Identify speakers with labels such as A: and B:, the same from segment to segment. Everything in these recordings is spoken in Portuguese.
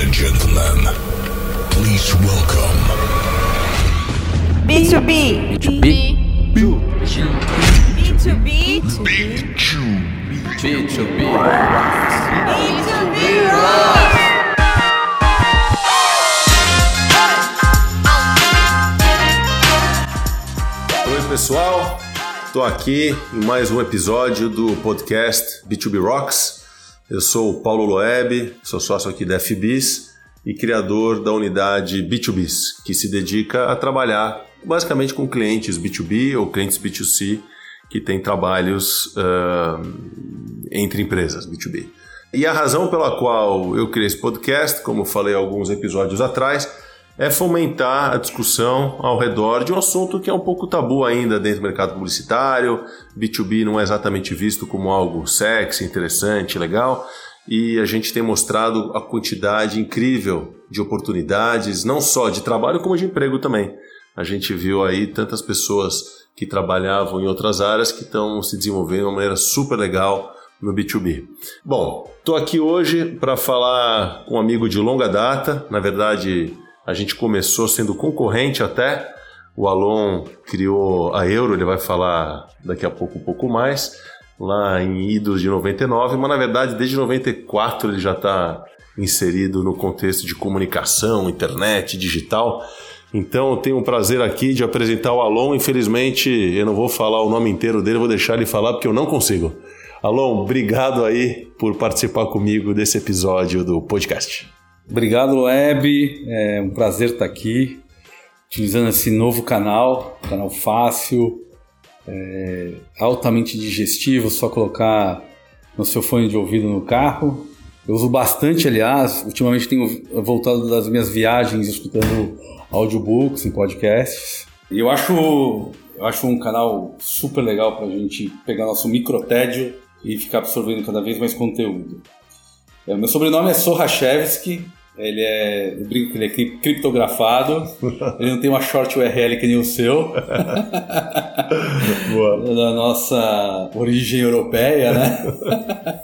A: gentlemen, please welcome
B: B2B.
C: B2B,
B: B2B.
A: Big Chew.
C: B2B,
B: B2B.
D: Oi, pessoal. Tô aqui em mais um episódio do podcast B2B Rocks. Eu sou o Paulo Loeb, sou sócio aqui da FBIS e criador da unidade B2Bs, que se dedica a trabalhar basicamente com clientes B2B ou clientes B2C que têm trabalhos ah, entre empresas B2B. E a razão pela qual eu criei esse podcast, como eu falei alguns episódios atrás, é fomentar a discussão ao redor de um assunto que é um pouco tabu ainda dentro do mercado publicitário. B2B não é exatamente visto como algo sexy, interessante, legal. E a gente tem mostrado a quantidade incrível de oportunidades, não só de trabalho, como de emprego também. A gente viu aí tantas pessoas que trabalhavam em outras áreas que estão se desenvolvendo de uma maneira super legal no B2B. Bom, estou aqui hoje para falar com um amigo de longa data. Na verdade, a gente começou sendo concorrente até. O Alon criou a Euro, ele vai falar daqui a pouco um pouco mais, lá em idos de 99, mas na verdade desde 94 ele já está inserido no contexto de comunicação, internet, digital. Então eu tenho o prazer aqui de apresentar o Alon. Infelizmente eu não vou falar o nome inteiro dele, vou deixar ele falar porque eu não consigo. Alon, obrigado aí por participar comigo desse episódio do podcast.
E: Obrigado, Loeb. É um prazer estar aqui, utilizando esse novo canal, canal fácil, é, altamente digestivo, só colocar no seu fone de ouvido no carro. Eu uso bastante, aliás, ultimamente tenho voltado das minhas viagens escutando audiobooks e podcasts. E eu acho, eu acho um canal super legal para a gente pegar nosso microtédio e ficar absorvendo cada vez mais conteúdo. É, meu sobrenome é Sorachevski. Ele é. Eu brinco que ele é cri- criptografado. ele não tem uma short URL que nem o seu. É
D: Boa.
E: da nossa origem europeia, né?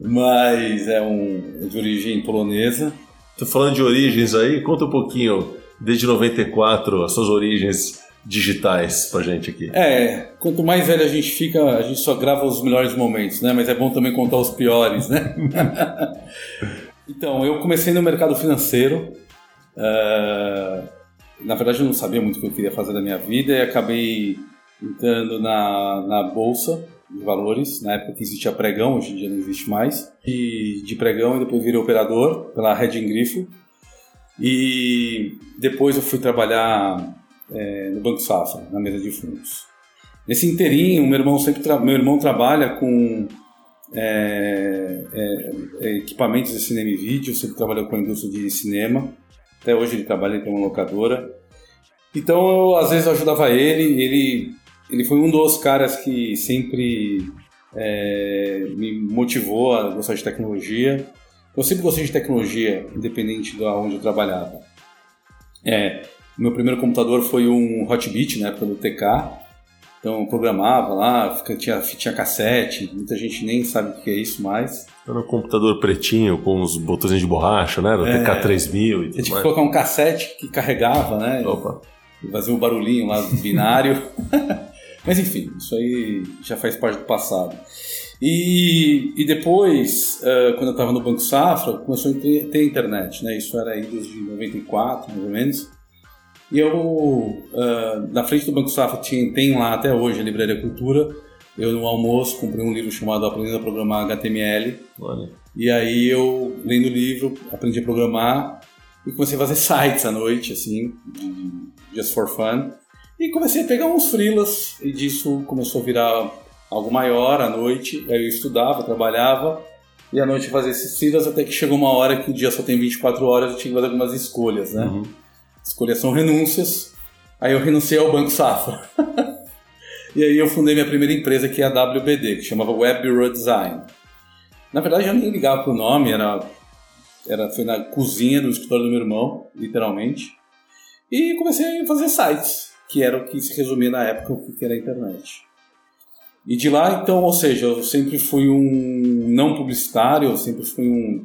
E: Mas é um é de origem polonesa.
D: Tô falando de origens aí, conta um pouquinho, desde 94, as suas origens digitais pra gente aqui.
E: É, quanto mais velho a gente fica, a gente só grava os melhores momentos, né? Mas é bom também contar os piores, né? então, eu comecei no mercado financeiro. eh, na verdade, eu não sabia muito o que eu queria fazer da minha vida e acabei entrando na, na bolsa de valores, na época que existia pregão, hoje em dia não existe mais. E de pregão, e depois virei operador pela Reding Grifo. E depois eu fui trabalhar eh, no Banco Safra, na mesa de fundos. Nesse inteirinho, meu irmão sempre tra- meu irmão trabalha com eh, eh, eh, equipamentos de cinema e vídeo, sempre trabalhou com a indústria de cinema. Até hoje ele trabalha em uma locadora. Então, eu, às vezes eu ajudava ele. Ele ele foi um dos caras que sempre eh, me motivou a gostar de tecnologia. Eu sempre gostei de tecnologia, independente de onde eu trabalhava. É, meu primeiro computador foi um Hotbit, na época do TK. Então eu programava lá, fica- tinha fitinha cassete, muita gente nem sabe o que é isso mais.
D: Era um computador pretinho com os botões de borracha, né? Era
E: É.
D: TK3000 e
E: Eu
D: tudo
E: tinha que
D: mais.
E: colocar um cassete que carregava, né?
D: Opa.
E: Fazia um barulhinho lá do binário. Mas enfim, isso aí já faz parte do passado. E, e depois, eh, quando eu estava no Banco Safra, começou a ter, ter internet, né? Isso era aí de 94, mais ou menos. E eu, eh, na frente do Banco Safra, tinha, tem lá até hoje a Livraria Cultura. Eu, no almoço, comprei um livro chamado Aprendendo a Programar HTML.
D: Olha.
E: E aí eu, lendo o livro, aprendi a programar e comecei a fazer sites à noite, assim, de- just for fun. E comecei a pegar uns freelas e disso começou a virar algo maior à noite. Aí eu estudava, trabalhava e à noite eu fazia esses freelas até que chegou uma hora que o dia só tem 24 horas eu tinha que fazer algumas escolhas, né?
D: Uhum.
E: Escolhas são renúncias. Aí eu renunciei ao Banco Safra. e aí eu fundei minha primeira empresa, que é a WBD, que chamava Web Bureau Design. Na verdade, eu nem ligava pro nome, era, era, foi na cozinha do escritório do meu irmão, literalmente. E comecei a fazer sites, que era o que se resumia na época o que era a internet. E de lá, então, ou seja, eu sempre fui um não publicitário, eu sempre fui um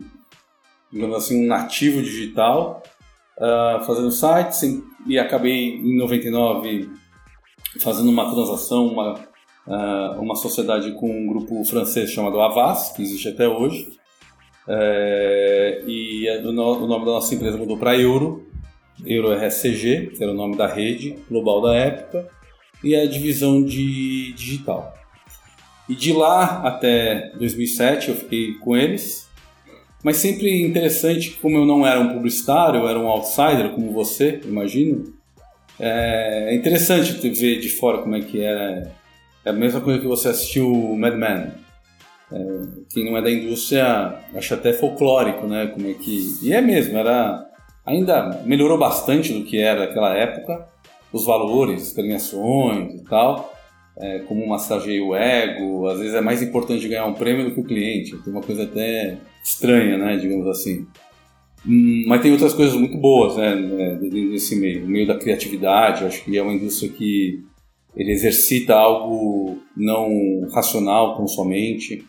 E: digamos assim, um nativo digital, ah, fazendo sites sem- e acabei em 99 fazendo uma transação, uma, ah, uma sociedade com um grupo francês chamado Avas, que existe até hoje. Eh, e a- o, no- o nome da nossa empresa mudou para Euro, Euro RSCG, que era o nome da rede global da época, e é a divisão de digital. E de lá até 2007 eu fiquei com eles, mas sempre interessante, como eu não era um publicitário, eu era um outsider como você, imagino, é interessante te ver de fora como é que era. É a mesma coisa que você assistiu Mad Men. É, quem não é da indústria acha até folclórico, né? Como é que e é mesmo. Era ainda melhorou bastante do que era aquela época. Os valores, premiações e tal, é, como massageia o ego. Às vezes é mais importante ganhar um prêmio do que o cliente. Tem uma coisa até estranha, né? Digamos assim. Hum, Mas tem outras coisas muito boas, né, né, dentro desse meio. O meio da criatividade, eu acho que é uma indústria que ele exercita algo não racional tão somente.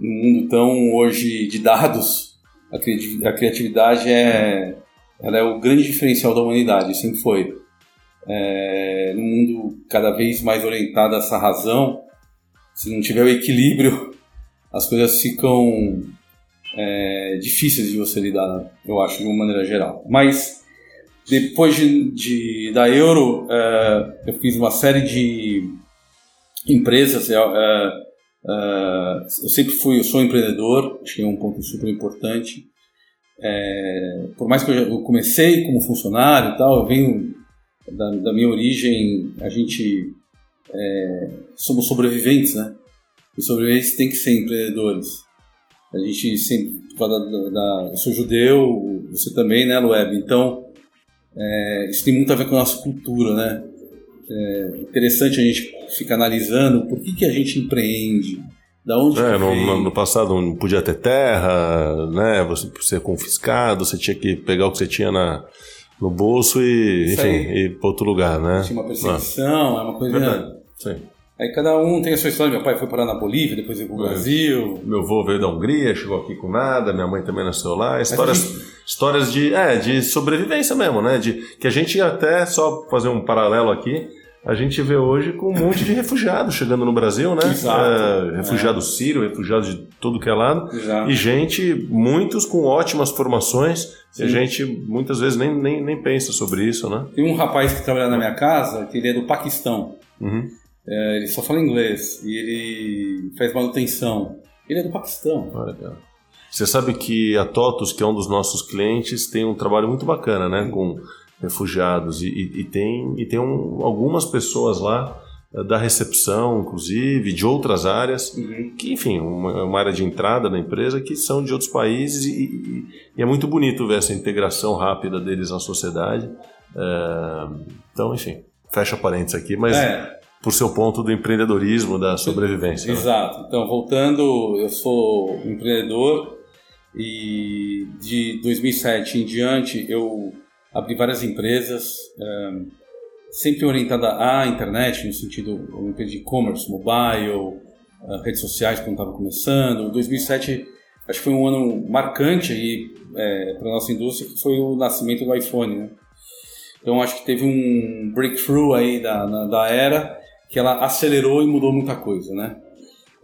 E: No mundo tão hoje de dados, a criati- a criatividade é, ela é o grande diferencial da humanidade, sempre foi. É, no mundo cada vez mais orientado a essa razão, se não tiver o equilíbrio, as coisas ficam é, difíceis de você lidar, eu acho, de uma maneira geral. Mas depois de, de- da Euro, é, eu fiz uma série de empresas. é, é, é, eu sempre fui, eu sou empreendedor, acho que é um ponto super importante. É, por mais que eu, já- eu comecei como funcionário e tal, eu venho da, da minha origem, a gente é, somos sobreviventes, né? E sobreviventes têm que ser empreendedores. A gente sempre. por causa Da, da, eu sou judeu, você também, né, Lueb? Então, é, isso tem muito a ver com a nossa cultura, né? É interessante a gente ficar analisando por que, que a gente empreende, da onde
D: É,
E: que
D: no,
E: vem.
D: no- no passado não podia ter terra, né? Você por ser confiscado, você tinha que pegar o que você tinha na, no bolso e,
E: Isso
D: enfim,
E: aí.
D: ir para outro lugar, né?
E: Tinha uma perseguição, é uma coisa.
D: Verdade. Sim.
E: Aí cada um tem a sua história. Meu pai foi parar na Bolívia, depois veio pro
D: É.
E: Brasil.
D: Meu avô veio da Hungria, chegou aqui com nada, minha mãe também nasceu lá. é Histórias,
E: a
D: histórias de, é, de sobrevivência mesmo, né? De, que a gente até, só fazer um paralelo aqui, a gente vê hoje com um monte de refugiados chegando no Brasil, né?
E: Exato.
D: É, refugiado sírio, refugiado de tudo que é lado.
E: Exato.
D: E gente, muitos com ótimas formações, e
E: Sim.
D: a gente muitas vezes nem, nem, nem pensa sobre isso, né?
E: Tem um rapaz que trabalha na minha casa, que ele é do Paquistão.
D: Uhum.
E: É, Ele só fala inglês e ele faz manutenção. Ele é do Paquistão.
D: Olha, cara. Você sabe que a TOTUS, que é um dos nossos clientes, tem um trabalho muito bacana, né? Com refugiados, e, e- e tem, e tem um- algumas pessoas lá eh, da recepção, inclusive, de outras áreas, que, enfim, uma, uma área de entrada da empresa que são de outros países e, e- e é muito bonito ver essa integração rápida deles na sociedade. É, então, enfim, fecha parênteses aqui, mas
E: É,
D: por seu ponto do empreendedorismo, da sobrevivência. né?
E: exato. Então, voltando, eu sou empreendedor e de 2007 em diante eu abri várias empresas, é, sempre orientada à internet, no sentido eu empresa de e-commerce, mobile, eh, redes sociais quando estava começando. 2007 acho que foi um ano marcante aí para a nossa indústria, que foi o nascimento do iPhone, né? Então acho que teve um breakthrough aí da, na- da era que ela acelerou e mudou muita coisa, né?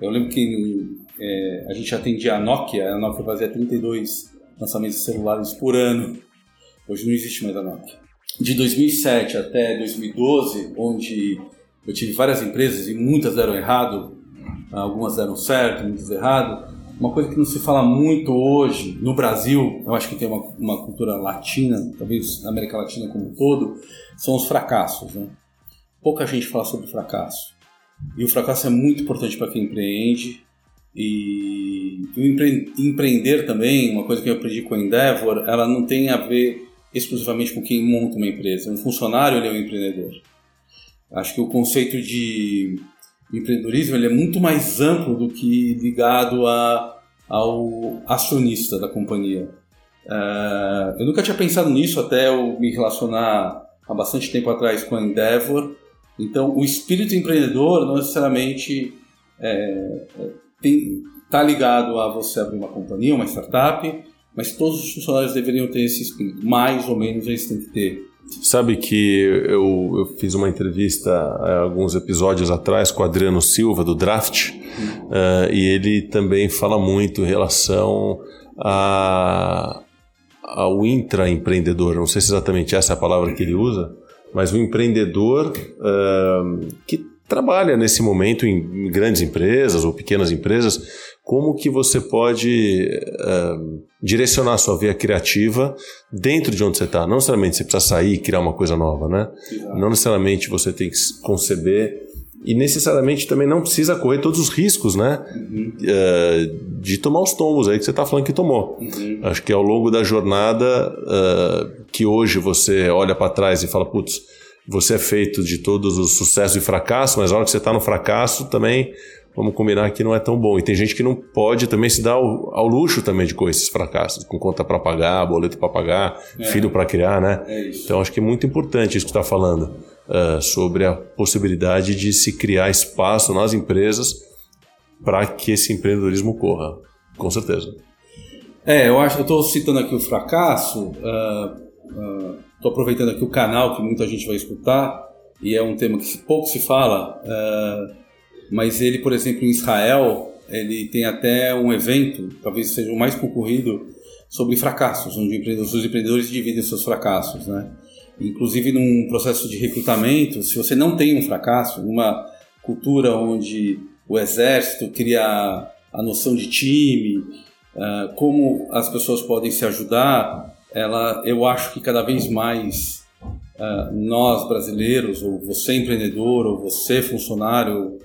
E: Eu lembro que eh, a gente atendia a Nokia, a Nokia fazia 32 lançamentos de celulares por ano. Hoje não existe mais a Nokia. De 2007 até 2012, onde eu tive várias empresas e muitas deram errado, algumas deram certo, muitas errado. Uma coisa que não se fala muito hoje no Brasil, eu acho que tem uma, uma cultura latina, talvez na América Latina como um todo, são os fracassos. Né? Pouca gente fala sobre fracasso. E o fracasso é muito importante para quem empreende. E o empre- empreender também, uma coisa que eu aprendi com a Endeavor, ela não tem a ver exclusivamente com quem monta uma empresa. Um funcionário ele é um empreendedor. Acho que o conceito de empreendedorismo ele é muito mais amplo do que ligado a, ao acionista da companhia. Eh, eu nunca tinha pensado nisso até eu me relacionar há bastante tempo atrás com a Endeavor. Então, o espírito empreendedor não necessariamente é, tá está ligado a você abrir uma companhia, uma startup, Mas todos os funcionários deveriam ter esse espírito. Mais ou menos eles têm que ter.
D: Sabe que eu, eu fiz uma entrevista há alguns episódios atrás com o Adriano Silva, do Draft, eh, e ele também fala muito em relação a, ao intraempreendedor. Não sei se exatamente essa é a palavra que ele usa, mas o empreendedor eh, que trabalha nesse momento em grandes empresas ou pequenas empresas, como que você pode eh, direcionar a sua via criativa dentro de onde você está. Não necessariamente você precisa sair e criar uma coisa nova, né? Não necessariamente você tem que se conceber e necessariamente também não precisa correr todos os riscos, né? Eh, de tomar os tombos aí que você está falando que tomou.
E: Uhum.
D: Acho que ao longo da jornada eh, que hoje você olha para trás e fala, putz, você é feito de todos os sucessos e fracassos, mas na hora que você está no fracasso também, vamos combinar que não é tão bom. E tem gente que não pode também se dar ao, ao luxo também de correr esses fracassos, com conta para pagar, boleto para pagar, filho para criar, né?
E: É isso.
D: Então acho que é muito importante isso que está falando eh, sobre a possibilidade de se criar espaço nas empresas para que esse empreendedorismo ocorra, com certeza.
E: É, eu acho, eu estou citando aqui o fracasso, estou aproveitando aqui o canal que muita gente vai escutar e é um tema que se- pouco se fala, ah, mas ele, por exemplo, em Israel, ele tem até um evento, talvez seja o mais concorrido, sobre fracassos, onde empreende- os empreendedores dividem seus fracassos, né? Inclusive num processo de recrutamento, se você não tem um fracasso, numa cultura onde o exército cria a noção de time, ah, como as pessoas podem se ajudar, ela, eu acho que cada vez mais ah, nós brasileiros, ou você empreendedor, ou você funcionário,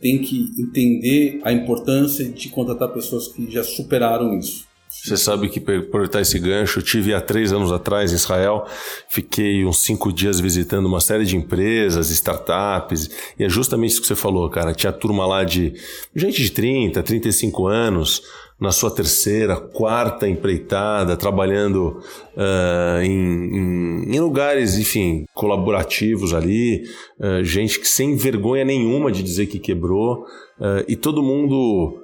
E: tem que entender a importância de contratar pessoas que já superaram isso.
D: Você sabe que, per- aproveitar esse gancho, eu tive há três anos atrás em Israel, fiquei uns cinco dias visitando uma série de empresas, startups, e é justamente isso que você falou, cara. Tinha turma lá de gente de 30, 35 anos, na sua terceira, quarta empreitada, trabalhando ah, em, em- em lugares, enfim, colaborativos ali, ah, gente que sem vergonha nenhuma de dizer que quebrou, ah, e todo mundo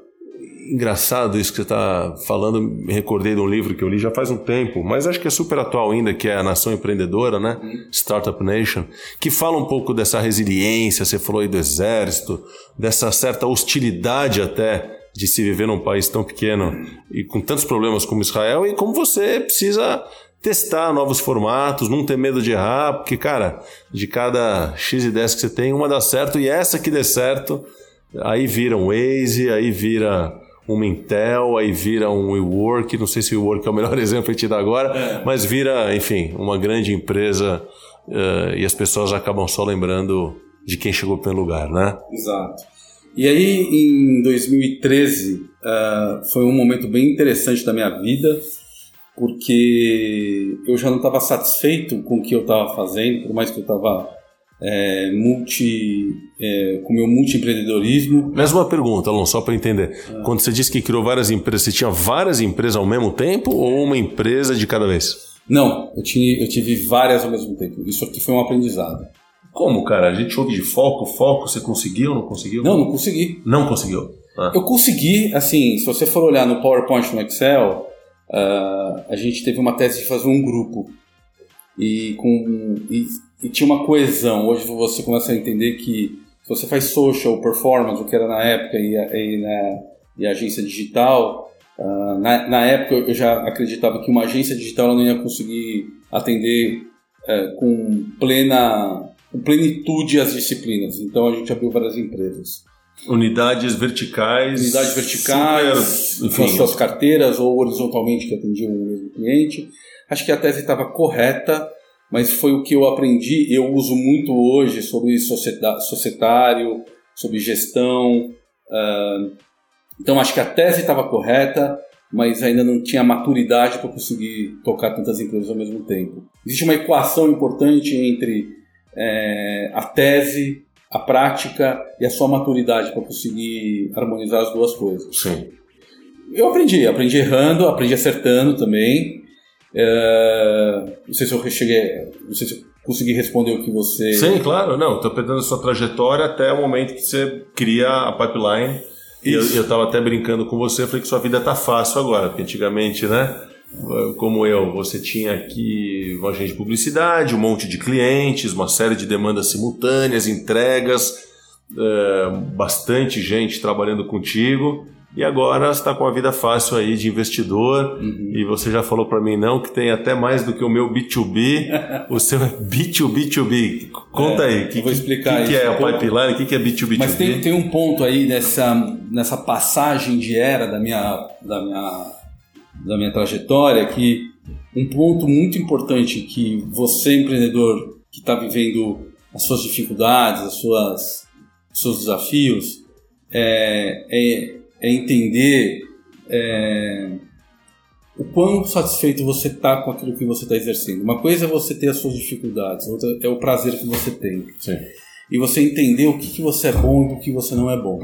D: engraçado isso que você está falando. Me recordei de um livro que eu li já faz um tempo, mas acho que é super atual ainda, que é a Nação Empreendedora, né? Startup Nation, que fala um pouco dessa resiliência, você falou aí do exército, dessa certa hostilidade até de se viver num país tão pequeno e com tantos problemas como Israel e como você precisa testar novos formatos, não ter medo de errar, porque, cara, de cada X e 10 que você tem, uma dá certo e essa que der certo Aí vira um Waze, aí vira uma Intel, aí vira um WeWork, não sei se o WeWork é o melhor exemplo que a gente dá agora, mas vira, enfim, uma grande empresa eh, e as pessoas acabam só lembrando de quem chegou pelo lugar, né?
E: Exato. E aí, em 2013, ah, foi um momento bem interessante da minha vida, porque eu já não estava satisfeito com o que eu estava fazendo, por mais que eu estava multi, eh, com o meu multiempreendedorismo.
D: Mais uma pergunta, Alonso, só para entender. Quando você disse que criou várias empresas, você tinha várias empresas ao mesmo tempo ou uma empresa de cada vez?
E: Não, eu, tinha, eu tive várias ao mesmo tempo. Isso aqui foi um aprendizado.
D: Como, cara? A gente ouve de foco, foco, você conseguiu, não conseguiu?
E: Não, não consegui.
D: Não conseguiu. Ah.
E: Eu consegui, assim, se você for olhar no PowerPoint no Excel, ah, a gente teve uma tese de fazer um grupo e, com, e, e tinha uma coesão. Hoje você começa a entender que se você faz social, performance, o que era na época, e, a- e, na- e a agência digital, ah, na, na época eu já acreditava que uma agência digital ela não ia conseguir atender eh, com plena com plenitude as disciplinas. Então a gente abriu várias empresas
D: Unidades verticais.
E: unidades verticais,
D: super-
E: com as
D: enfim,
E: suas carteiras ou horizontalmente que atendiam o mesmo cliente. Acho que a tese estava correta, mas foi o que eu aprendi. Eu uso muito hoje sobre societa- societário, sobre gestão. ah, então acho que a tese estava correta, mas ainda não tinha maturidade para conseguir tocar tantas empresas ao mesmo tempo. Existe uma equação importante entre eh, a tese, a prática e a sua maturidade para conseguir harmonizar as duas coisas.
D: Sim.
E: Eu aprendi, aprendi errando, aprendi acertando também. Eh, não sei se eu cheguei, não sei se eu consegui responder o que você.
D: Sim, claro, não. Estou perdendo a sua trajetória até o momento que você cria a pipeline. E eu,
E: Isso.
D: eu tava até brincando com você, falei que sua vida tá fácil agora, porque antigamente, né? como eu, você tinha aqui uma agência de publicidade, um monte de clientes, uma série de demandas simultâneas, entregas, é, bastante gente trabalhando contigo. E agora está com a vida fácil aí de investidor.
E: Uhum.
D: E você já falou para mim não que tem até mais do que o meu B2B. o seu é B2B2B. Conta
E: É,
D: aí.
E: eu
D: que-
E: vou explicar
D: que, que
E: isso
D: é
E: um
D: a
E: pouco.
D: pipeline? O que, que é B2B2B?
E: Mas tem, tem um ponto aí nessa, nessa passagem de era da minha, da, minha, da minha trajetória que um ponto muito importante que você, empreendedor, que está vivendo as suas dificuldades, as suas, os seus desafios, é, é, é entender é, o quão satisfeito você está com aquilo que você está exercendo. Uma coisa é você ter as suas dificuldades, outra é o prazer que você tem
D: Sim.
E: e você entender o que, que você é bom e o que você não é bom.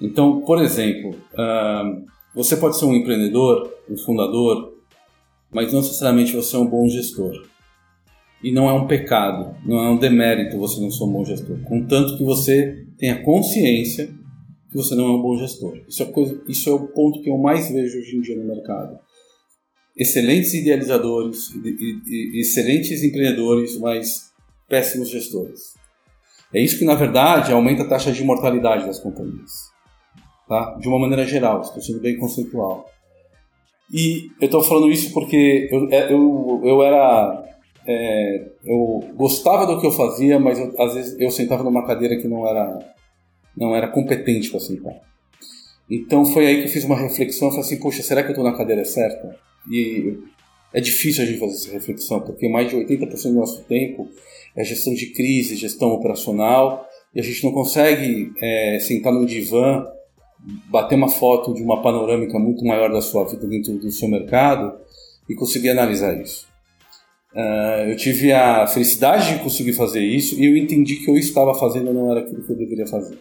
E: Então, por exemplo, ah, você pode ser um empreendedor, um fundador, mas não necessariamente você é um bom gestor. E não é um pecado, não é um demérito você não ser um bom gestor, contanto que você tenha consciência que você não é um bom gestor. Isso é, coisa- isso é o ponto que eu mais vejo hoje em dia no mercado. Excelentes idealizadores, e- e- e- excelentes empreendedores, mas péssimos gestores. É isso que, na verdade, aumenta a taxa de mortalidade das companhias. Tá? De uma maneira geral, estou sendo bem conceitual. E eu estou falando isso porque eu, é- eu, eu era. é, eu gostava do que eu fazia, mas eu- às vezes eu sentava numa cadeira que não era, não era competente para sentar. Então foi aí que eu fiz uma reflexão. Eu falei assim: poxa, será que eu estou na cadeira certa? E é difícil a gente fazer essa reflexão, porque mais de 80% do nosso tempo é gestão de crise, gestão operacional, e a gente não consegue é, sentar num divã, bater uma foto de uma panorâmica muito maior da sua vida dentro do seu mercado e conseguir analisar isso. Ah, eu tive a felicidade de conseguir fazer isso e eu entendi que eu estava fazendo não era aquilo que eu deveria fazer.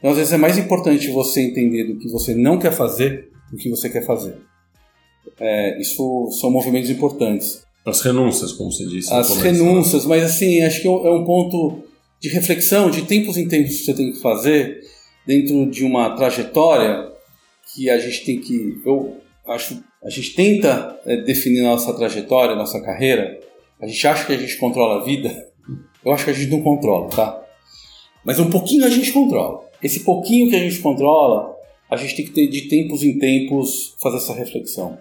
E: Então, às vezes, é mais importante você entender do que você não quer fazer do que você quer fazer. É, isso são movimentos importantes
D: As renúncias, como você disse. no
E: as
D: começo, né?
E: renúncias, mas assim, acho que é um é um ponto de reflexão, de tempos em tempos que você tem que fazer dentro de uma trajetória que a gente tem que, eu acho, a gente tenta é, definir nossa trajetória, nossa carreira, a gente acha que a gente controla a vida, eu acho que a gente não controla, tá? Mas um pouquinho a gente controla. Esse pouquinho que a gente controla, a gente tem que ter de tempos em tempos fazer essa reflexão.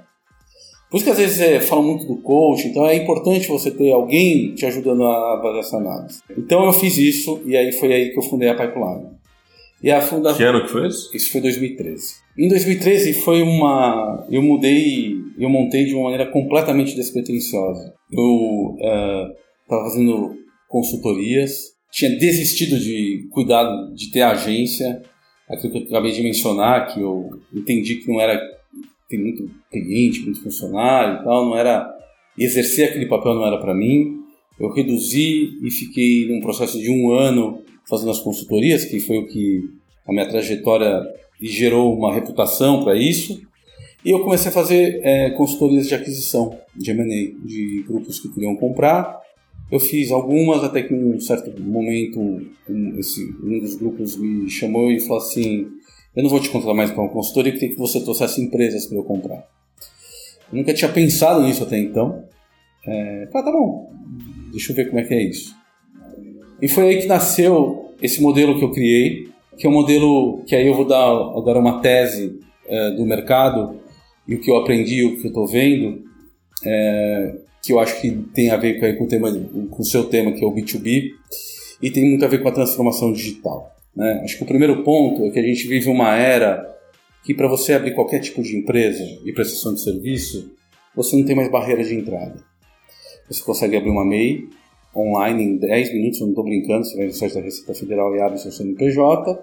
E: Por isso que às vezes é, falam muito do coach, então é importante você ter alguém te ajudando a fazer essa análise. Então eu fiz isso e aí foi aí que eu fundei a Pipeline. E a fundação
D: Que ano que foi isso?
E: isso foi 2013. Em 2013 foi uma. Eu mudei, eu montei de uma maneira completamente despretensiosa. Eu estava fazendo consultorias, tinha desistido de cuidar de ter agência, aquilo que eu acabei de mencionar, que eu entendi que não era. tem muito cliente, muito funcionário e tal, não era. exercer aquele papel não era para mim. Eu reduzi e fiquei num processo de um ano fazendo as consultorias, que foi o que a minha trajetória e gerou uma reputação para isso. E eu comecei a fazer eh, consultorias de aquisição, de M&A, de grupos que queriam comprar. Eu fiz algumas, até que em um certo momento um, esse- um dos grupos me chamou e falou assim, eu não vou te contratar mais para uma consultoria, eu queria que você trouxesse empresas para eu comprar. Eu nunca tinha pensado nisso até então. É, ah, tá bom, deixa eu ver como é que é isso. E foi aí que nasceu esse modelo que eu criei, que é um modelo que aí eu vou dar agora uma tese eh, do mercado e o que eu aprendi, o que eu estou vendo, eh, que eu acho que tem a ver com, aí com o tema, com o seu tema que é o B2B e tem muito a ver com a transformação digital. né? Acho que o primeiro ponto é que a gente vive uma era que para você abrir qualquer tipo de empresa e prestação de serviço, você não tem mais barreira de entrada. Você consegue abrir uma MEI, online em 10 minutos, eu não estou brincando, você vai no site da Receita Federal e abre seu CNPJ,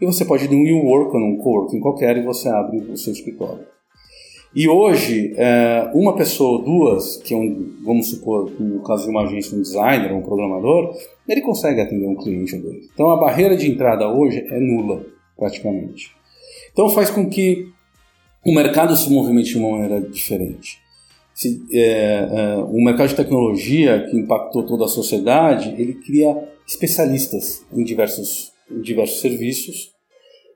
E: e você pode ir num WeWork ou num coworking qualquer e você abre o seu escritório. E hoje, eh, uma pessoa ou duas, que é um, vamos supor, no caso de uma agência, um designer ou um programador, ele consegue atender um cliente ou dois. Então a barreira de entrada hoje é nula, praticamente. Então faz com que o mercado se movimente de uma maneira diferente se, é, é, o mercado de tecnologia que impactou toda a sociedade, ele cria especialistas em diversos, em diversos serviços.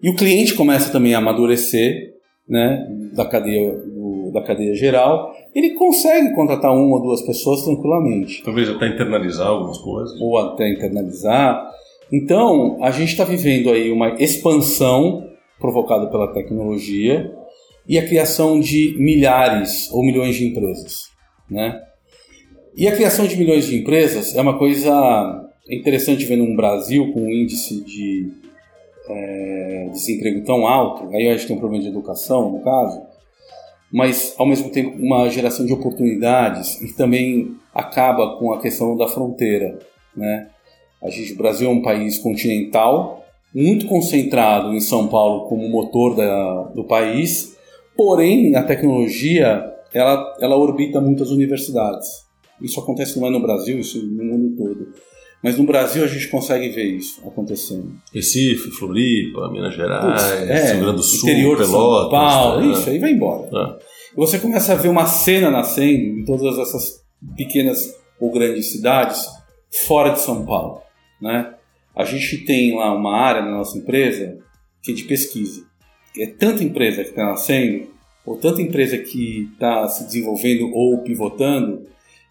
E: E o cliente começa também a amadurecer né, da cadeia do- da cadeia geral, ele consegue contratar uma ou duas pessoas tranquilamente,
D: Talvez até internalizar algumas coisas.
E: ou até internalizar. Então, a gente está vivendo aí uma expansão provocada pela tecnologia e a criação de milhares ou milhões de empresas, né? E a criação de milhões de empresas é uma coisa interessante ver num Brasil com um índice de eh, desemprego tão alto, aí a gente tem um problema de educação, no caso, mas ao mesmo tempo uma geração de oportunidades e também acaba com a questão da fronteira, né? A gente, o Brasil é um país continental, muito concentrado em São Paulo como motor da, do país, porém a tecnologia ela, ela orbita muitas universidades. Isso acontece não é no Brasil, isso no mundo todo. Mas no Brasil a gente consegue ver isso acontecendo.
D: Recife, Floripa, Minas Gerais,
E: Putz, é,
D: Rio Grande do Sul,
E: interior de
D: Pelotas.
E: São Paulo,
D: né?
E: isso aí vai embora.
D: É.
E: Você começa a ver uma cena nascendo em todas essas pequenas ou grandes cidades fora de São Paulo, né? A gente tem lá uma área na nossa empresa que é de pesquisa. É tanta empresa que está nascendo, ou tanta empresa que está se desenvolvendo ou pivotando,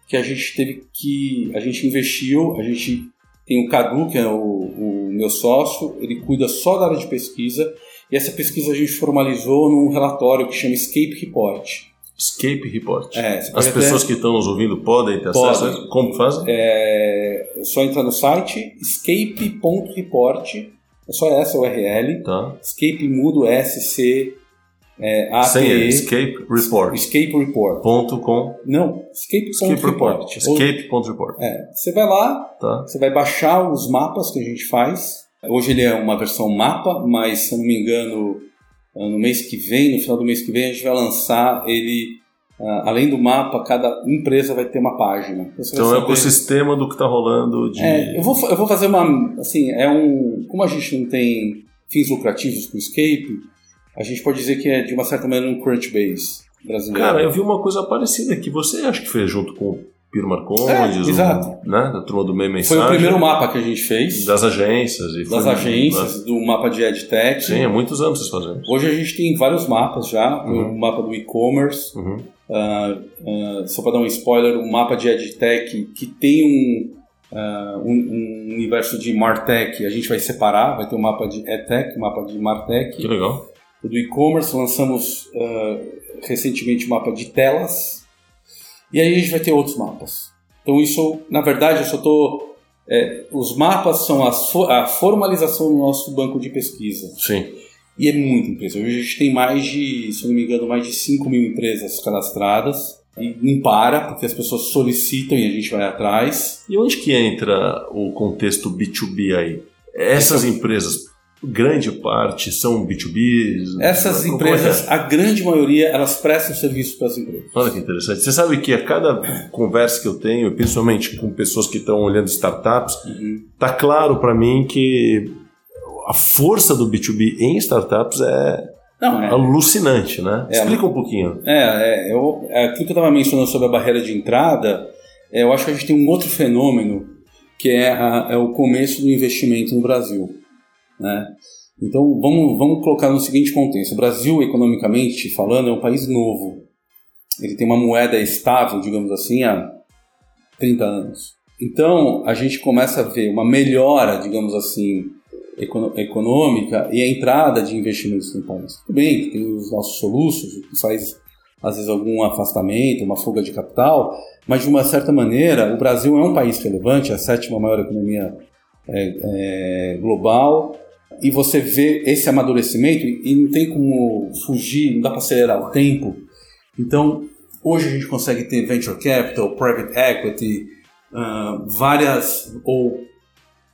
E: que a gente teve que. A gente investiu, a gente tem o Cadu, que é o, o meu sócio, ele cuida só da área de pesquisa, e essa pesquisa a gente formalizou num relatório que chama Escape Report.
D: Escape Report.
E: É, você pode
D: As
E: até-
D: pessoas que estão nos ouvindo podem ter
E: Podem.
D: acesso a isso? Como fazem?
E: É só entrar no site escape.report, é só essa URL,
D: Tá.
E: escape mudo SC é, A P
D: Sem
E: E,
D: é, Escape Report.
E: escape report.
D: Ponto com
E: Não,
D: Escape
E: escape.report.
D: Report. Escape.report.
E: É, você vai lá,
D: Tá.
E: você vai baixar os mapas que a gente faz. Hoje ele é uma versão mapa, mas se eu não me engano, no mês que vem, no final do mês que vem, a gente vai lançar ele. ah, além do mapa, cada empresa vai ter uma página. você
D: Então
E: vai
D: é o
E: saber-
D: ecossistema do que está rolando de.
E: É, eu, vou, fa- eu vou fazer uma. Assim, é um. Como a gente não tem fins lucrativos com o Escape, a gente pode dizer que é de uma certa maneira um Crunchbase brasileiro.
D: Cara, eu vi uma coisa parecida que você acho que fez junto com o Piro Marcondes,
E: É, exato.
D: o- né, da turma do Meio Mensagem.
E: Foi o primeiro mapa que a gente fez das,
D: Das agências. E foi-
E: agências, né? do mapa de EdTech.
D: Sim, há muitos anos vocês fazem.
E: Hoje a gente tem vários mapas já,
D: Uhum.
E: o mapa do e-commerce,
D: Uhum.
E: ah, ah, só para dar um spoiler, um mapa de EdTech que tem um, ah, um, um universo de Martech, a gente vai separar, vai ter um mapa de EdTech, um mapa de Martech,
D: Que legal.
E: O do e-commerce, lançamos ah, recentemente o mapa de telas, e aí a gente vai ter outros mapas. Então isso, na verdade, eu só estou... os mapas são as fo- a formalização do nosso banco de pesquisa.
D: Sim.
E: E é muita empresa. Hoje a gente tem mais de, se eu não me engano, mais de 5 mil empresas cadastradas. E não para, porque as pessoas solicitam e a gente vai atrás.
D: E onde que entra o contexto B2B aí? Essas empresas, grande parte, são B2B?
E: Essas
D: Como é que é?
E: empresas, a grande maioria, elas prestam serviço para as empresas.
D: Olha que interessante. Você sabe que a cada conversa que eu tenho, principalmente com pessoas que estão olhando startups,
E: Uhum.
D: tá claro para mim que a força do B2B em startups é
E: Não, é.
D: alucinante, né?
E: É.
D: Explica um pouquinho.
E: É, é, eu, é, aquilo que eu estava mencionando sobre a barreira de entrada, é, eu acho que a gente tem um outro fenômeno que é, a- é o começo do investimento no Brasil. Né? Então vamos, vamos colocar no seguinte contexto: o Brasil, economicamente falando, é um país novo. Ele tem uma moeda estável, digamos assim, há 30 anos. Então a gente começa a ver uma melhora, digamos assim, econo- econômica e a entrada de investimentos no país. Tudo bem que tem os nossos soluços, o que faz às vezes algum afastamento, uma fuga de capital, mas de uma certa maneira o Brasil é um país relevante, é a sétima maior economia é, é, global, e você vê esse amadurecimento e não tem como fugir, não dá para acelerar o tempo. Então, hoje a gente consegue ter venture capital, private equity, ah, várias ou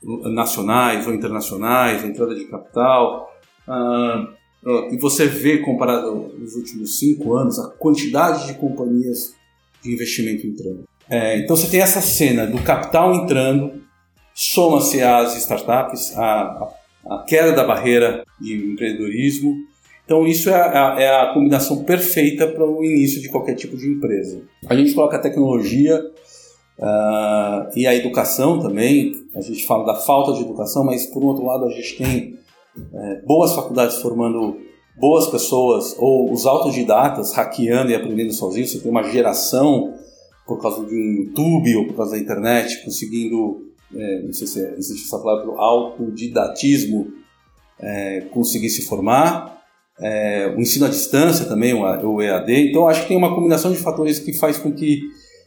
E: nacionais ou internacionais, a entrada de capital. Ah, ó, e você vê, comparado nos últimos cinco anos, a quantidade de companhias de investimento entrando. É, então você tem essa cena do capital entrando, soma-se às startups, a, a- a queda da barreira de empreendedorismo. Então isso é a, é a combinação perfeita para o início de qualquer tipo de empresa. A gente coloca a tecnologia ah, e a educação também, a gente fala da falta de educação, mas por um outro lado a gente tem eh, boas faculdades formando boas pessoas ou os autodidatas hackeando e aprendendo sozinho. Você tem uma geração por causa de um YouTube ou por causa da internet conseguindo, é, não sei se existe essa palavra, autodidatismo, é, conseguir se formar. É, o ensino à distância também, o EAD. Então, acho que tem uma combinação de fatores que faz com que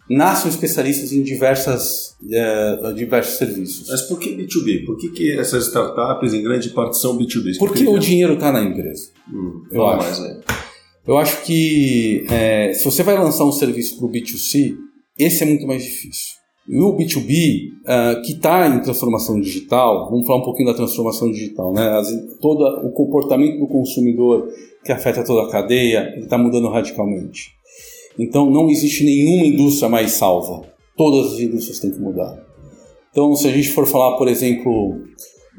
E: nasçam especialistas em diversas, eh, diversos serviços.
D: Mas por que B2B? Por que, que essas startups em grande parte são B2B?
E: Porque o dinheiro está na empresa.
D: Hum,
E: Eu
D: fala
E: acho.
D: mais aí.
E: Eu acho que eh, se você vai lançar um serviço para o B2C, esse é muito mais difícil. E o B2B, ah, que está em transformação digital, vamos falar um pouquinho da transformação digital, né? As, todo o comportamento do consumidor que afeta toda a cadeia, ele está mudando radicalmente. Então, não existe nenhuma indústria mais salva. Todas as indústrias têm que mudar. Então, se a gente for falar, por exemplo,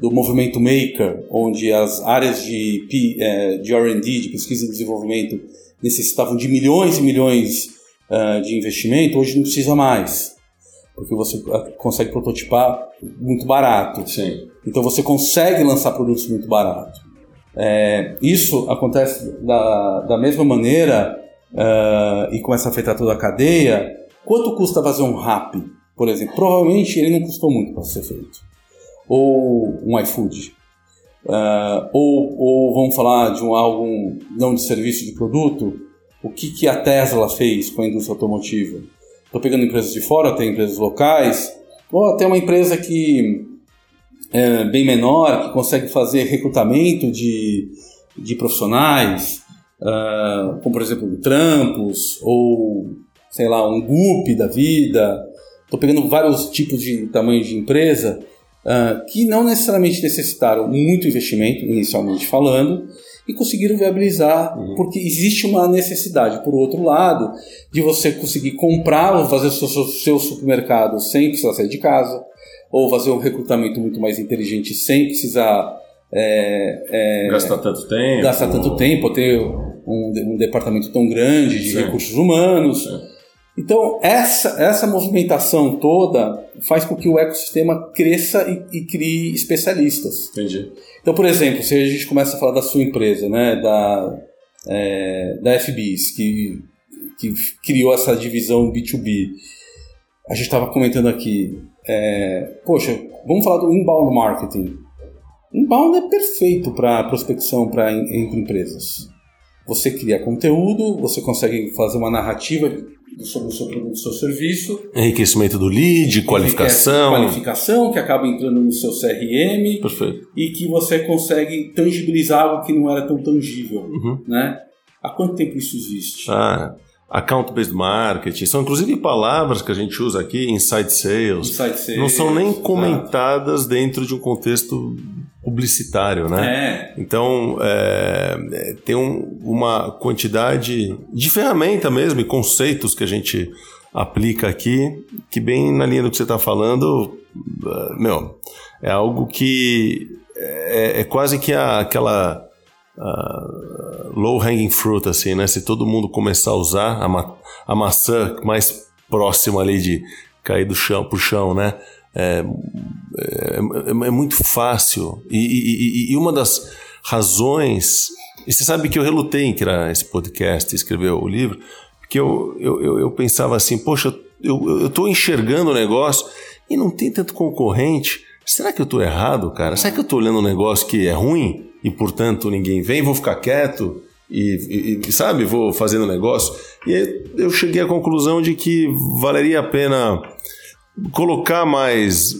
E: do movimento maker, onde as áreas de, P- eh, de R&D, de pesquisa e desenvolvimento, necessitavam de milhões e milhões ah, de investimento, hoje não precisa mais, porque você ah, consegue prototipar muito barato.
D: Sim.
E: Então você consegue lançar produtos muito barato. É, isso acontece da, da mesma maneira ah, e começa a afetar toda a cadeia. Quanto custa fazer um rap, por exemplo? Provavelmente ele não custou muito para ser feito. Ou um iFood. Ah, ou, ou vamos falar de um algo não de serviço de produto. O que, que a Tesla fez com a indústria automotiva? Estou pegando empresas de fora, tem empresas locais, ou até uma empresa que é, bem menor, que consegue fazer recrutamento de, de profissionais, ah, como por exemplo o Trampos, ou sei lá, um GUP da vida. Estou pegando vários tipos de tamanhos de empresa ah, que não necessariamente necessitaram muito investimento, inicialmente falando, e conseguiram viabilizar, porque existe uma necessidade, por outro lado, de você conseguir comprar ou fazer o seu, seu- seu supermercado sem precisar sair de casa, ou fazer um recrutamento muito mais inteligente sem precisar é, é,
D: Gastar tanto tempo.
E: gastar tanto tempo, ou ter um, de- um departamento tão grande de
D: Sim.
E: recursos humanos.
D: Sim.
E: Então, essa, essa movimentação toda faz com que o ecossistema cresça e, e crie especialistas.
D: Entendi.
E: Então, por exemplo, se a gente começa a falar da sua empresa, né, da, é, da FBIS, que, que criou essa divisão B2B, a gente estava comentando aqui, é, poxa, vamos falar do inbound marketing. Inbound é perfeito para prospecção para entre empresas. Você cria conteúdo, você consegue fazer uma narrativa sobre o seu produto, o seu serviço,
D: Enriquecimento do lead, qualificação.
E: qualificação que acaba entrando no seu CRM,
D: Perfeito.
E: e que você consegue tangibilizar algo que não era tão tangível,
D: Uhum.
E: né? Há quanto tempo isso existe?
D: Ah, account-based marketing. São inclusive palavras que a gente usa aqui, inside sales.
E: Inside sales,
D: Não são nem
E: tá?
D: comentadas dentro de um contexto publicitário, né?
E: É,
D: Então, é, é, tem um- uma quantidade de ferramenta mesmo e conceitos que a gente aplica aqui, que bem na linha do que você está falando, é, meu, é algo que é, é quase que a- aquela low hanging fruit, assim, né? Se todo mundo começar a usar a, ma- a maçã mais próxima ali de cair do chão pro chão, né? É, é, é- é muito fácil. E, e- e- e uma das razões. E você sabe que eu relutei em criar esse podcast, escrever o livro, porque eu, eu, eu, eu pensava assim, poxa, eu estou enxergando o negócio e não tem tanto concorrente. Será que eu estou errado, cara? Será que eu estou olhando um negócio que é ruim e, portanto, ninguém vem? Vou ficar quieto e, e- e, sabe, vou fazendo negócio? E aí eu cheguei à conclusão de que valeria a pena colocar mais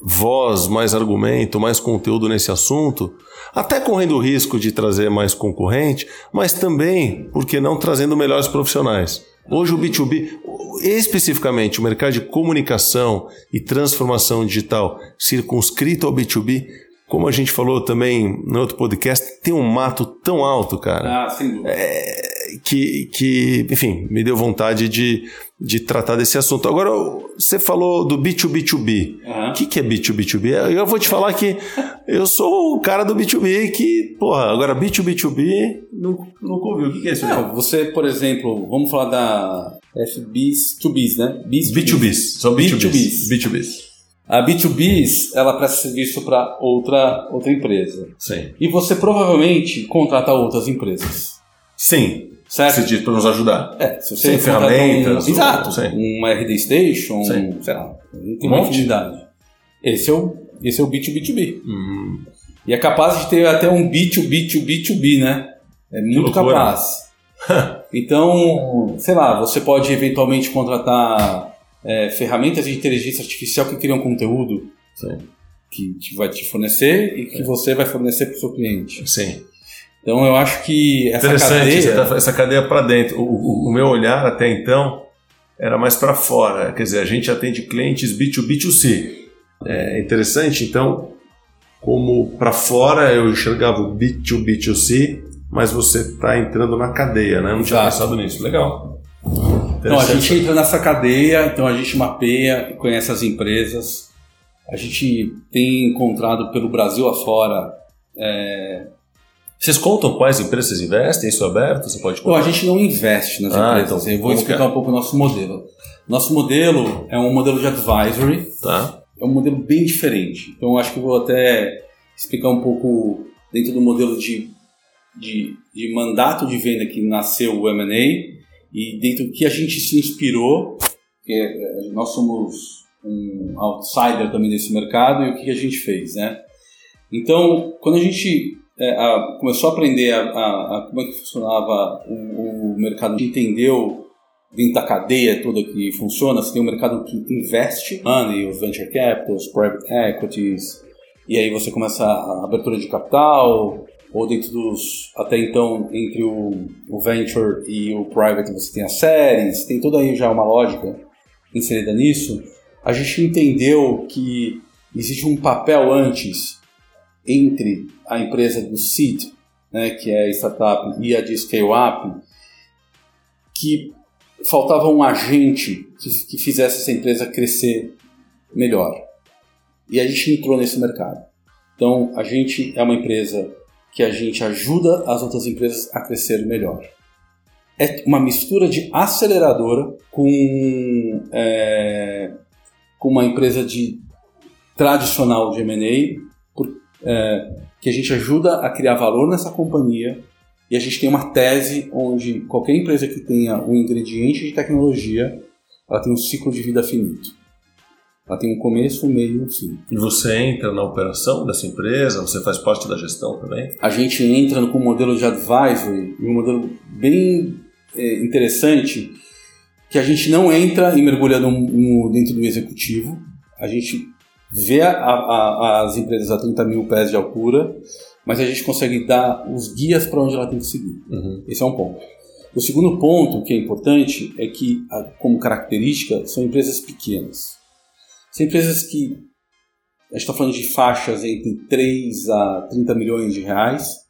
D: voz, mais argumento, mais conteúdo nesse assunto, até correndo o risco de trazer mais concorrente, mas também, por que não, trazendo melhores profissionais. Hoje o B2B, especificamente o mercado de comunicação e transformação digital circunscrito ao B2B, como a gente falou também no outro podcast, tem um mato tão alto, cara
E: ah, sem dúvida.
D: que, que, enfim, me deu vontade de, de tratar desse assunto. Agora, você falou do B2B2B.
E: Aham.
D: O que, que é B2B2B? Eu vou te falar que eu sou o cara do B2B que, porra, agora B2B2B, não, nunca ouvi. O que, que é isso?
E: Não, você, por exemplo, vamos falar da FBs to Bs, né? Bs to Bs.
D: B2Bs. Só B2Bs.
E: B2Bs.
D: B2Bs.
E: A B2Bs, ela presta serviço para outra, outra empresa.
D: Sim.
E: E você provavelmente contrata outras empresas.
D: Sim.
E: Certo?
D: Se diz para nos ajudar.
E: É, se
D: Sim,
E: contratar
D: ferramentas,
E: Um, exato.
D: sim.
E: Um RD Station,
D: Sim.
E: sei lá. Tem
D: Um
E: uma
D: monte.
E: infinidade. Esse é o, esse é o B2B2B.
D: Uhum.
E: E é capaz de ter até um B2B2B2B, né? É muito
D: loucura.
E: capaz. então, sei lá, você pode eventualmente contratar é, ferramentas de inteligência artificial que criam conteúdo
D: Sim. É.
E: que te- vai te fornecer e que você vai fornecer para o seu cliente.
D: Sim.
E: Então, eu acho que essa
D: Interessante
E: cadeia...
D: você tá- essa cadeia para dentro. O, o- o meu olhar até então era mais para fora. Quer dizer, a gente atende clientes B2B2C. É interessante, então, como para fora eu enxergava o B2B2C, mas você está entrando na cadeia, né? Eu Não tinha
E: Exato.
D: pensado nisso. Legal.
E: Então a
D: Interessante.
E: gente entra nessa cadeia, então a gente mapeia, conhece as empresas. A gente tem encontrado pelo Brasil afora.
D: Vocês contam quais empresas vocês investem? Isso é aberto? Você pode
E: Bom,
D: contar?
E: a gente não investe nas
D: Ah,
E: empresas.
D: então,
E: Eu vou
D: como que
E: explicar
D: é?
E: um pouco o nosso modelo. Nosso modelo é um modelo de advisory,
D: Tá.
E: é um modelo bem diferente. Então eu acho que eu vou até explicar um pouco dentro do modelo de, de, de mandato de venda que nasceu o M&A e dentro do que a gente se inspirou, que é, é, nós somos um outsider também nesse mercado e o que a gente fez, né? Então, quando a gente é, a- começou a aprender a, a- a como é que funcionava o, o mercado, a gente entendeu dentro da cadeia toda que funciona, você tem um mercado que investe money, os venture capitals, private equities, e aí você começa a abertura de capital, ou dentro dos, até então, entre o, o venture e o private você tem as séries, tem toda aí já uma lógica inserida nisso. A gente entendeu que existe um papel antes entre a empresa do seed, né, que é a startup, e a de scale-up, que faltava um agente que, que fizesse essa empresa crescer melhor. E a gente entrou nesse mercado. Então, a gente é uma empresa que a gente ajuda as outras empresas a crescer melhor. É uma mistura de aceleradora com, é, com uma empresa de tradicional de M&A, por- é, que a gente ajuda a criar valor nessa companhia e a gente tem uma tese onde qualquer empresa que tenha um ingrediente de tecnologia, ela tem um ciclo de vida finito. Ela tem um começo, um meio e um fim.
D: E você entra na operação dessa empresa? Você faz parte da gestão também?
E: A gente entra com um modelo de advisory, um modelo bem eh, interessante, que a gente não entra e mergulha no- no- dentro do executivo. A gente vê a- a- as empresas a 30 mil pés de altura, mas a gente consegue dar os guias para onde ela tem que seguir. Esse é um ponto. O segundo ponto que é importante é que, a- como característica, são empresas pequenas. São empresas que, a gente está falando de faixas entre 3 a 30 milhões de reais,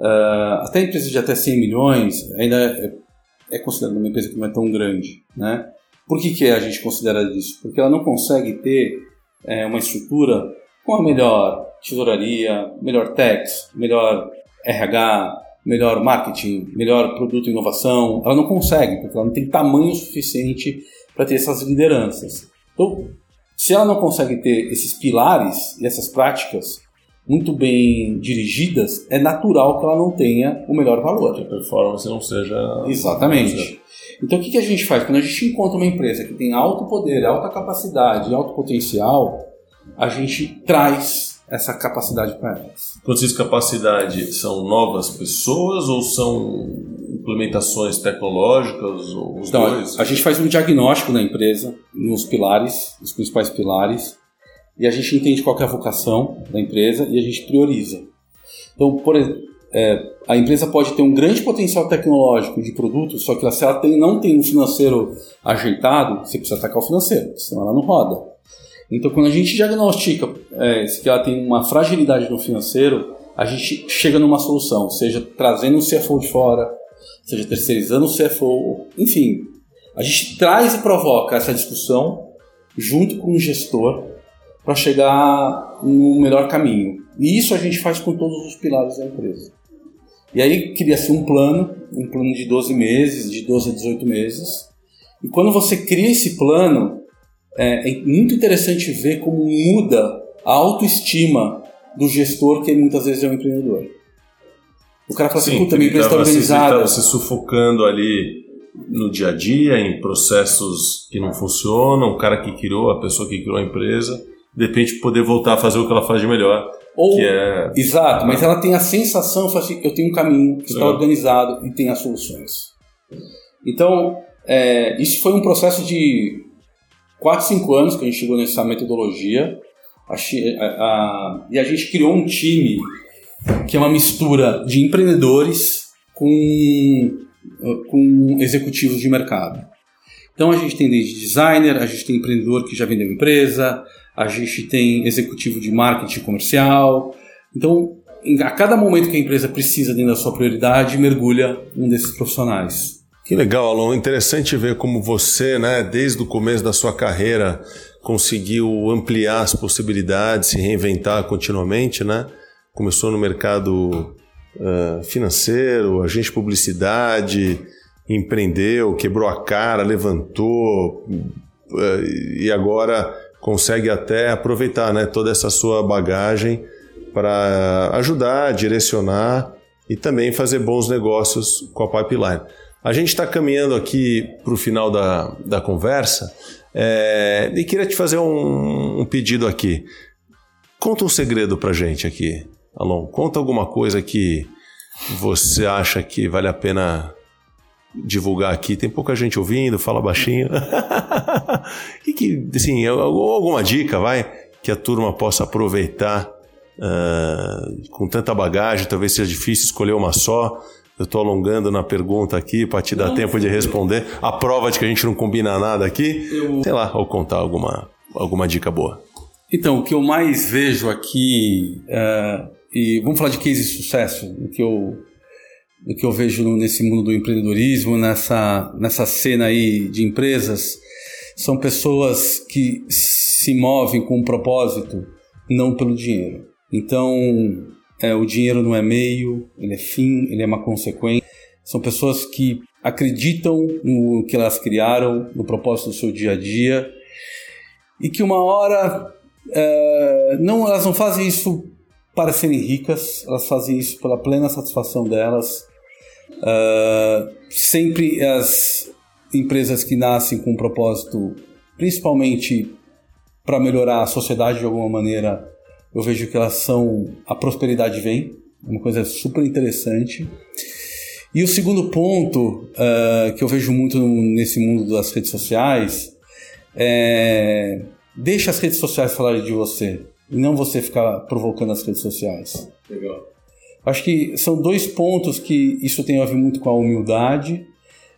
E: Ah, até empresas de até 100 milhões ainda é, é considerada uma empresa que não é tão grande. Né? Por que, que a gente considera isso? Porque ela não consegue ter eh, uma estrutura com a melhor tesouraria, melhor tax, melhor RH, melhor marketing, melhor produto e inovação. Ela não consegue, porque ela não tem tamanho suficiente para ter essas lideranças. Então, se ela não consegue ter esses pilares e essas práticas muito bem dirigidas, é natural que ela não tenha o melhor valor.
D: Que a performance não seja...
E: Exatamente. Então o que, que a gente faz? Quando a gente encontra uma empresa que tem alto poder, alta capacidade, alto potencial, a gente traz essa capacidade para elas.
D: Quando vocês capacidade, são novas pessoas ou são implementações tecnológicas ou os
E: Então,
D: dois? né?
E: a gente faz um diagnóstico na empresa, nos pilares, os principais pilares, e a gente entende qual que é a vocação da empresa e a gente prioriza. Então, por exemplo, é, a empresa pode ter um grande potencial tecnológico de produto, só que ela- se ela tem- não tem um financeiro ajeitado, você precisa atacar o financeiro, senão ela não roda. Então, quando a gente diagnostica é, se que ela tem uma fragilidade no financeiro, a gente chega numa solução, seja trazendo um CFO de fora, seja terceirizando o CFO, enfim. A gente traz e provoca essa discussão junto com o gestor para chegar no melhor caminho. E isso a gente faz com todos os pilares da empresa. E aí cria-se um plano, um plano de 12 meses, de 12 a 18 meses. E quando você cria esse plano, é, é muito interessante ver como muda a autoestima do gestor, que muitas vezes é um empreendedor. O cara fala assim, puta, minha empresa está organizada.
D: Você sufocando ali no dia a dia, em processos que não funcionam, o cara que criou, a pessoa que criou a empresa, de repente poder voltar a fazer o que ela faz de melhor.
E: Ou,
D: que é...
E: Exato, mas ela tem a sensação, fala assim, eu tenho um caminho, está
D: Sim.
E: organizado e tem as soluções. Então, é, isso foi um processo de 4, 5 anos que a gente chegou nessa metodologia. A chi- a- a- e a gente criou um time que é uma mistura de empreendedores com, com executivos de mercado. Então a gente tem desde designer, a gente tem empreendedor que já vendeu empresa, a gente tem executivo de marketing comercial. Então, em- a cada momento que a empresa precisa dentro da sua prioridade, mergulha um desses profissionais.
D: Que legal, Alon. Interessante ver como você, né, desde o começo da sua carreira, conseguiu ampliar as possibilidades, se reinventar continuamente, né? Começou no mercado ah, financeiro, agente de publicidade, empreendeu, quebrou a cara, levantou ah, e agora consegue até aproveitar, né, toda essa sua bagagem para ajudar, direcionar e também fazer bons negócios com a pipeline. A gente está caminhando aqui para o final da, da conversa é, e queria te fazer um, um pedido aqui. Conta um segredo para gente aqui, Alon. Conta alguma coisa que você acha que vale a pena divulgar aqui. Tem pouca gente ouvindo, fala baixinho. e que, assim, al- alguma dica, vai, que a turma possa aproveitar ah, com tanta bagagem. Talvez seja difícil escolher uma só. Eu estou alongando na pergunta aqui para te dar
E: Não.
D: tempo de responder. A prova de que a gente não combina nada aqui.
E: Eu-
D: Sei lá, ou contar alguma, alguma dica boa.
E: Então, o que eu mais vejo aqui, é, e vamos falar de case de sucesso, o que eu, o que eu vejo no- nesse mundo do empreendedorismo, nessa, nessa cena aí de empresas, são pessoas que se movem com um propósito, não pelo dinheiro. Então, é, o dinheiro não é meio, ele é fim, ele é uma consequência. São pessoas que acreditam no que elas criaram, no propósito do seu dia a dia, e que uma hora é, não elas não fazem isso para serem ricas, elas fazem isso pela plena satisfação delas. É, sempre as empresas que nascem com um propósito, principalmente para melhorar a sociedade de alguma maneira, eu vejo que elas são a prosperidade vem, é uma coisa super interessante. E o segundo ponto é, que eu vejo muito nesse mundo das redes sociais é, deixa as redes sociais falarem de você e não você ficar provocando as redes sociais.
D: Legal.
E: Acho que são dois pontos que isso tem a ver muito com a humildade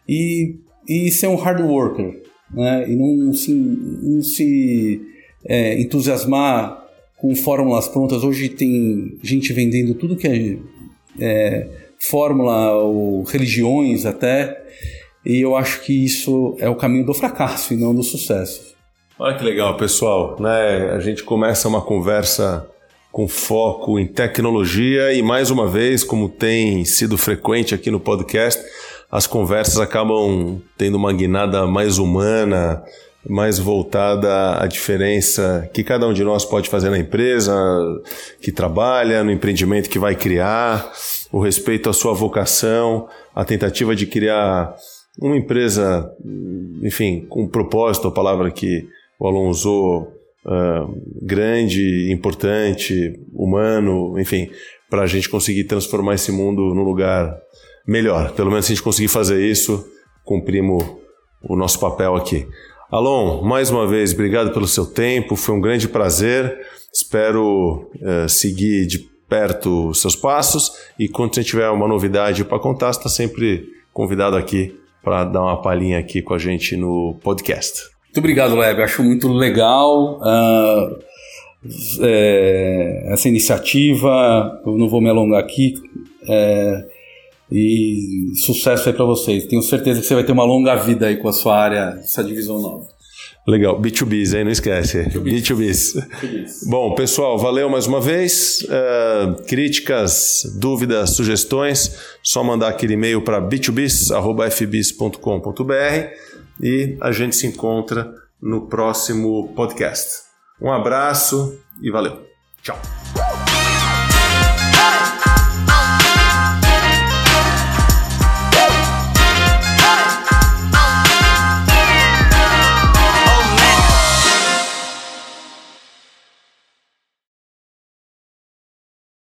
E: e, e ser um hard worker, né? E não se, não se é, entusiasmar com fórmulas prontas. Hoje tem gente vendendo tudo que é, é fórmula ou religiões até. E eu acho que isso é o caminho do fracasso e não do sucesso.
D: Olha que legal, pessoal. Né? A gente começa uma conversa com foco em tecnologia e, mais uma vez, como tem sido frequente aqui no podcast, as conversas acabam tendo uma guinada mais humana, mais voltada à diferença que cada um de nós pode fazer na empresa, que trabalha, no empreendimento que vai criar, o respeito à sua vocação, a tentativa de criar uma empresa, enfim, com um propósito, a palavra que o Alon usou, ah, grande, importante, humano, enfim, para a gente conseguir transformar esse mundo num lugar melhor. Pelo menos se a gente conseguir fazer isso, cumprimos o nosso papel aqui. Alon, mais uma vez, obrigado pelo seu tempo, foi um grande prazer. Espero eh, seguir de perto os seus passos e quando você tiver uma novidade para contar, você está sempre convidado aqui para dar uma palhinha aqui com a gente no podcast.
E: Muito obrigado, Leb. Acho muito legal ah, é, essa iniciativa. Eu não vou me alongar aqui. é, e sucesso aí para vocês. Tenho certeza que você vai ter uma longa vida aí com a sua área, essa divisão nova.
D: Legal, B2Bs, hein? Não esquece.
E: B2Bs.
D: B2Bs. Bom, pessoal, valeu mais uma vez. Eh, críticas, dúvidas, sugestões, só mandar aquele e-mail para b2bs.fbs.com.br e a gente se encontra no próximo podcast. Um abraço e valeu. Tchau.